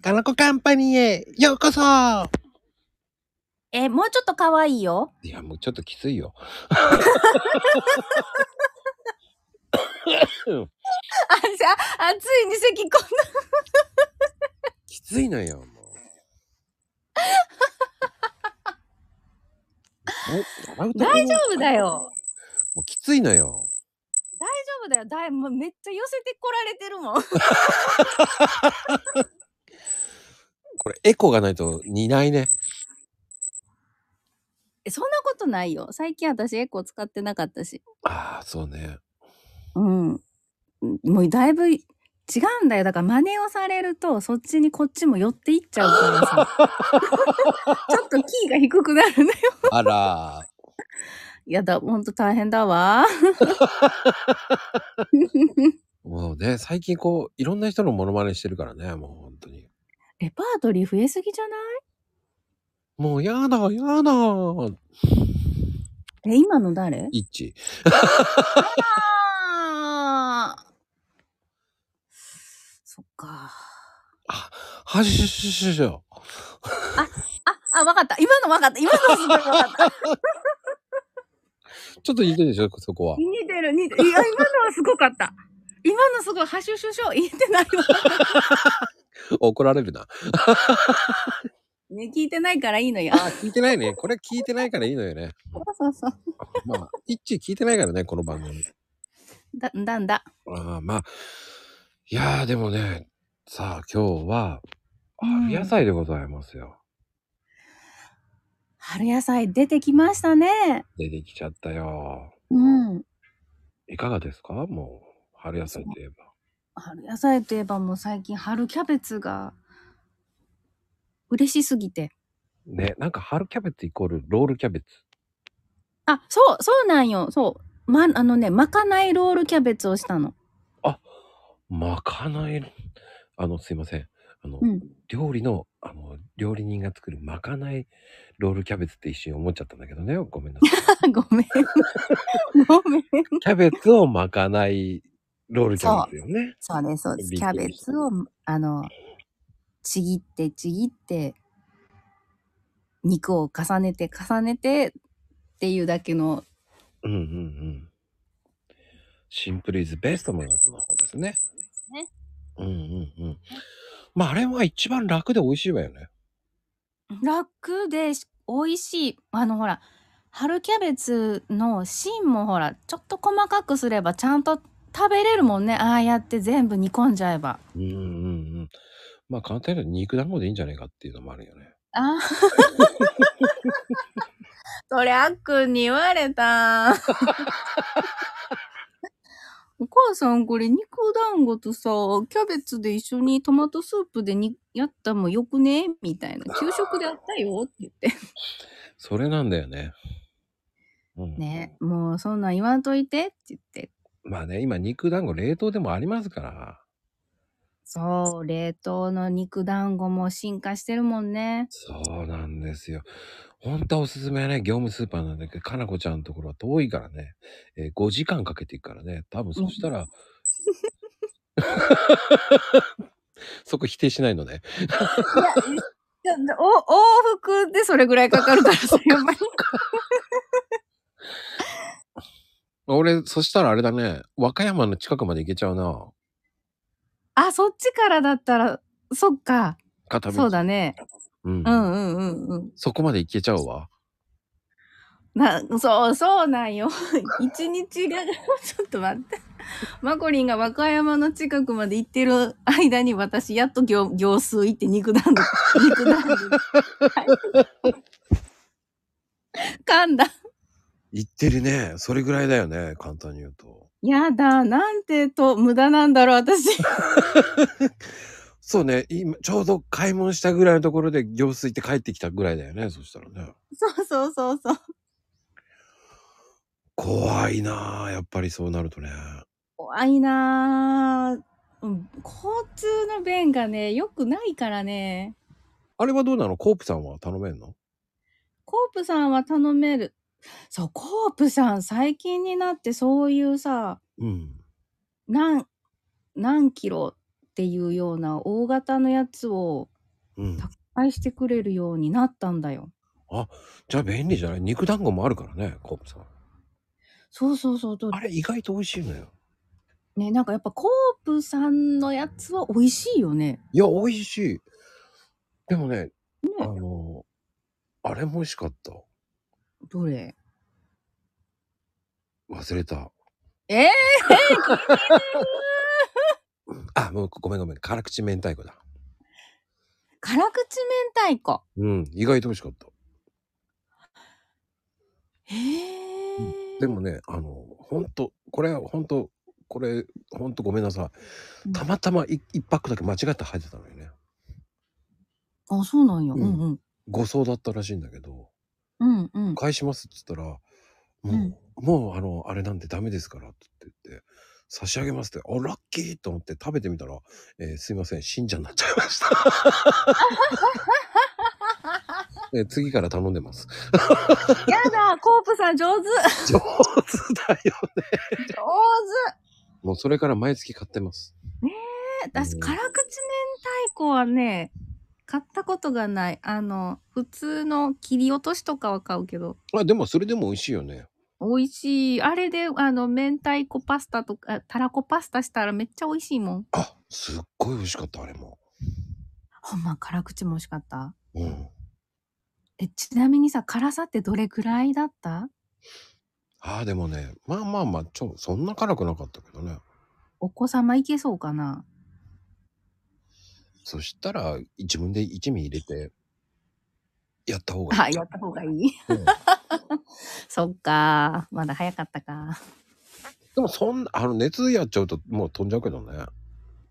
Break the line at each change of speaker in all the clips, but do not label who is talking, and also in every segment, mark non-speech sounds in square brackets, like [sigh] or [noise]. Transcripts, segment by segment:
かのこカンパニーへようこそい
え、もうちょっと可愛いよ。
や、もうちょっときついよ。
あ、じゃあ、あついに席こんな。
きついのよ、もう。お笑うとこ
大丈夫だよ。
もうきついのよ。
大丈夫だよ。だいもうめっちゃ寄せてこられてるもん。
これ、エコーがないと似ないね。
えそんなことないよ。最近私エコー使ってなかったし。
ああ、そうね。
うん。もうだいぶ違うんだよ。だから真似をされると、そっちにこっちも寄っていっちゃうから [laughs] さ。ちょっとキーが低くなるね。
あら
いやだ、ほんと大変だわ。
ー、もうね、最近こう、いろんな人のモノマネしてるからね、もう本当に。
レパートリー増えすぎじゃない
もうやだ、やだ。
え、今の誰
一致。
あーそっか。
はしししししょ。
あ、あ、わかった。今のわかった。今のすごいわか [laughs] った。
ちょっと似てるでしょ、そこは。
似てる、似てる。いや、今のはすごかった。今のすごい、ハシュシュシュ、言ってないわ。
怒られるな。
ね、聞いてないからいいのよ。
あー、聞いてない [laughs] ね。これ聞いてないからいいのよね。
そうそうそう。
まあ、一致聞いてないからね、この番組。
だ、だんだ。
あーまあ、いやーでもね、さあ今日は、
うん
春野菜でございますよ。
春野菜出てきましたね。
出てきちゃったよ。
うん。
いかがですかもう、春野菜といえば。
春野菜といえばもう最近春キャベツが嬉しすぎて。
ね、なんか春キャベツイコールロールキャベツ。
あ、そう、そうなんよ。そう。ま、あのね、まかないロールキャベツをしたの。
まかない、あの、すいません。あの、
うん。
料理の、あの、料理人が作るまかないロールキャベツって一瞬思っちゃったんだけどね。ごめんなさ [laughs] い。
[laughs] ごめん。ごめん。 [laughs]
キャベツをまかないロールキャベツよね。
そうです、そうです。
びっ
キ
く
ャ
り
ベ
した
ツを、あの、ちぎって、ちぎって、肉を重ねて、重ねてっていうだけの、
うんうんうん。シンプルイズベストのやつの方ですね。
ね。
うんうんうん。まああれは一番楽で美味しいわよね。
楽でし美味しい。あの、ほら、春キャベツの芯もほら、ちょっと細かくすればちゃんと食べれるもんね。ああやって全部煮込んじゃえば。
うんうんうん。まあ簡単に言うと肉団子でいいんじゃないかっていうのもあるよね。
あそれあっくんに言われた。 [laughs] お母さんこれ肉団子とさキャベツで一緒にトマトスープでにやったもんよくねみたいな給食であったよって言って
それなんだよね。うん、
ねもうそんなん言わんといてって言って
まあね、今肉団子冷凍でもありますから。
そう冷凍の肉団子も進化してるもんね
そうなんですよ。本当はおすすめはね、業務スーパーなんだけど、かなこちゃんのところは遠いからね、えー5時間かけていくからね、多分そした
[laughs]
ら、そこ否定しないのね。
いやいやお往復でそれぐらいかかるからさやっぱり
俺、そしたらあれだね、和歌山の近くまで行けちゃうな。
あ、そっちからだったら、そっか。
片道
そうだね。
うん。
うんうんうんうん。
そこまで行けちゃうわ。
な、そう、そうなんよ。 [laughs] 一日が、ち [laughs] ょっと待って。マコリンが和歌山の近くまで行ってる間に私、やっと行、行数行って肉団子、肉団子。噛んだ。
行ってるね。それぐらいだよね、簡単に言うと。
やだ、なんてと、無駄なんだろう、私。 [laughs]
そうね、今、ちょうど買い物したぐらいのところで行水って帰ってきたぐらいだよね、そしたらね。
そうそうそうそう。
怖いなあやっぱりそうなるとね
怖いなぁ。うん交通の便がね、良くないからね。
あれはどうなのコープさんは頼めんの
コープさんは頼める。そう、コープさん最近になってそういうさ、
うん
何、何キロっていうような大型のやつを
うん。
愛してくれるようになったんだよ。
じゃあ便利じゃない肉団子もあるからね、コープさん。
そうそうそう。と
あれ意外と美味しいのよ。
ね、なんかやっぱコープさんのやつは美味しいよね。
いや、美味しい。でもね、あ
ね、
の、あれも美味しかった。
どれ
忘れた。
ええ
あ、 [laughs] もうごめんごめん。辛口明太子だ。
辛口明太子。
うん、意外と美味しかった。
へえ、
でもね、あの、ほんと、これはほんと、これ、ほんとごめんなさ
う
い。
ん
たまたまい一パックだけ間違って入ってたのよね。
あ、そうなんや。
う
うんんうん。
誤送だったらしいんだけど、
うんうん。
返しますって言ったら、もう、
うん
もうあの、あれなんてダメですからって言って、差し上げますって、あ、ラッキーと思って食べてみたら、えーすいません、信者になっちゃいま
[laughs]
した。えー次から頼んで
[laughs]
ます。
やだ、コープさん上手
上手だよ。
上手
もうそれから毎月買ってます。う
私、
ん
辛口明太子はね、買ったことがない。あの、普通の切り落としとかは買うけど、
あ、でもそれでも美味しいよね。
美味しい。あれで、あの、明太子パスタとか、あたらこパスタしたらめっちゃ美味しいもん。
あ、すっごい美味しかった、あれも。
ほんま、辛口も美味しかった。
うん。
え、ちなみにさ、辛さってどれくらいだった
ああ、でもね、まあまあまあ、ちょ、そんな辛くなかったけどね。
お子様いけそうかな
そしたら、自分で一味入れて、やった方が
あ、
いい。
やった方がいい
うん
[laughs] そっか。まだ早かったか。
でもそんな、あの、熱やっちゃうともう飛んじゃうけどね。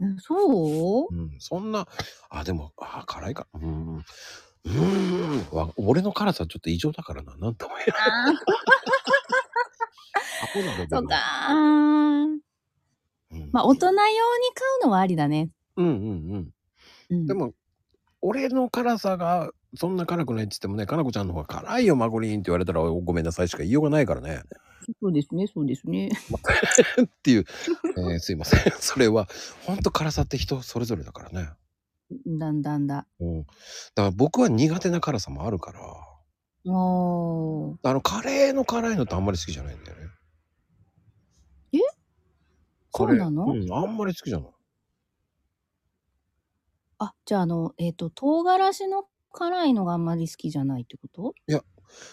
うんそう
うん。そんな、あ、でも、あ、辛いか。うん。うーん。わ俺の辛さちょっと異常だからな。なんとも言えない。
あー
アホなの
そうか。
うん、
まあ、大人用に買うのはありだね。
うんうんうん。
うん、
でも、俺の辛さが、そんな辛くないって言ってもね、かなこちゃんの方が辛いよ、マゴリーンって言われたら、おごめんなさいしか言いようがないからね。
そうですね、そうですね。
っていう、え
[laughs]
ーすいません。 [laughs] それは、ほんと辛さって人それぞれだからね。
だんだんだ。
うん。だから僕は苦手な辛さもあるから。
おー。
あの、カレーの辛いのってあんまり好きじゃないんだよね。
え
カレー
そうなの
うん、あんまり好きじゃない。
あ、じゃあ、あの、えっ、と、唐辛子の辛いのがあんまり好きじゃないってこと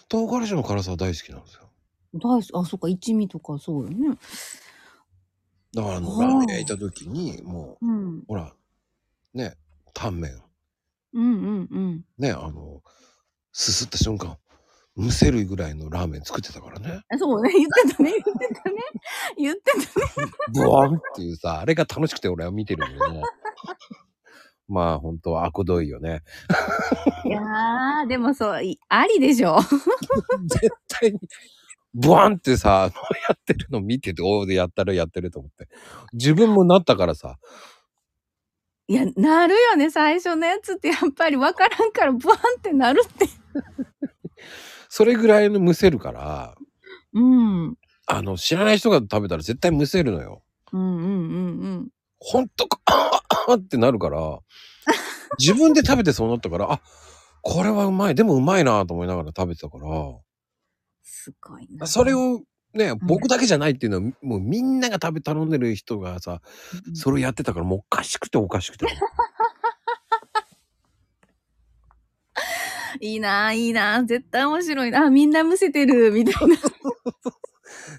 唐辛子の辛さは大好きなんですよ。
大好き。あ、そっか、一味とかそうよね。
だからあの、
あー
ラーメン屋いた時に、も
うん。
う、ほら、ね、タンメン、
うんうんうん。
ね、あの、すすった瞬間、むせるぐらいのラーメン作ってたからね。
[laughs] あそうね、言ってたね、言ってた [laughs] ね。言ってたね。
ブワンっていうさ、あれが楽しくて俺は見てるんだよね。 [laughs] まあ、本当はあくどいよね。 [laughs]
いやー、でもそう、い [laughs] ありでしょ。
絶対に、ブワンってさ、あのやってるの見てて、おお、やったるやってると思って。自分もなったからさ、
いや、なるよね、最初のやつってやっぱり分からんから、ブワンってなるって。
それぐらいのむせるから、
うん。うん
あの、知らない人が食べたら絶対むせるのよ。
うんうんうん。
ほんとか、あああってなるから、自分で食べてそうなったから、あ、これはうまい。でもうまいなと思いながら食べてたから、
すごいな。
それ、を、ね、僕だけじゃないっていうのは、もうみんなが食べ、頼んでる人がさ、それをやってたから、もうおかしくておかしくて。
いいなぁ、いいなぁ、絶対面白いなぁ、みんなむせてる、みたいな。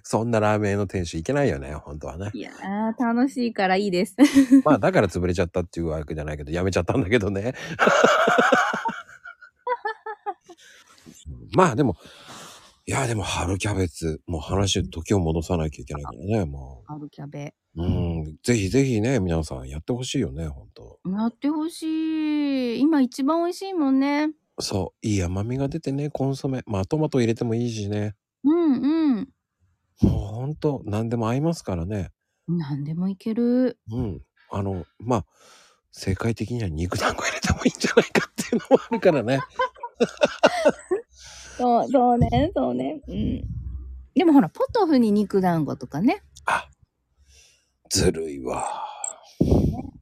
そんなラーメン屋の店主いけないよね、本当はね。
[laughs] いやぁ、楽しいからいいです。
まあだから潰れちゃったっていうわけじゃないけど、やめちゃったんだけどね。 [laughs] まあでも、いやでも春キャベツ、もう話、時を戻さなきゃいけないからね、も
春キャベ。
う。うん、ぜひぜひね、皆さんやってほしいよね、本当
やってほしい。今一番美味しいもんね。
そう、いい甘みが出てね、コンソメ。まあトマト入れてもいいしね。
うんうん。
もう本当何でも合いますからね。
何でもいける。
うん。あの、まあ、世界的には肉団子入れてもいいんじゃないかっていうのもあるからね。
そう、そうね、そうね。うん。でもほら、ポトフに肉団子とかね。
あ、ずるいわ。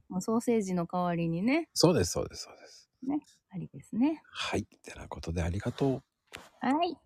もうソーセージの代わりにね。
そうです、そうです、そうです。
ね。ありですね。
はい。ってなことでありがとう。
はい。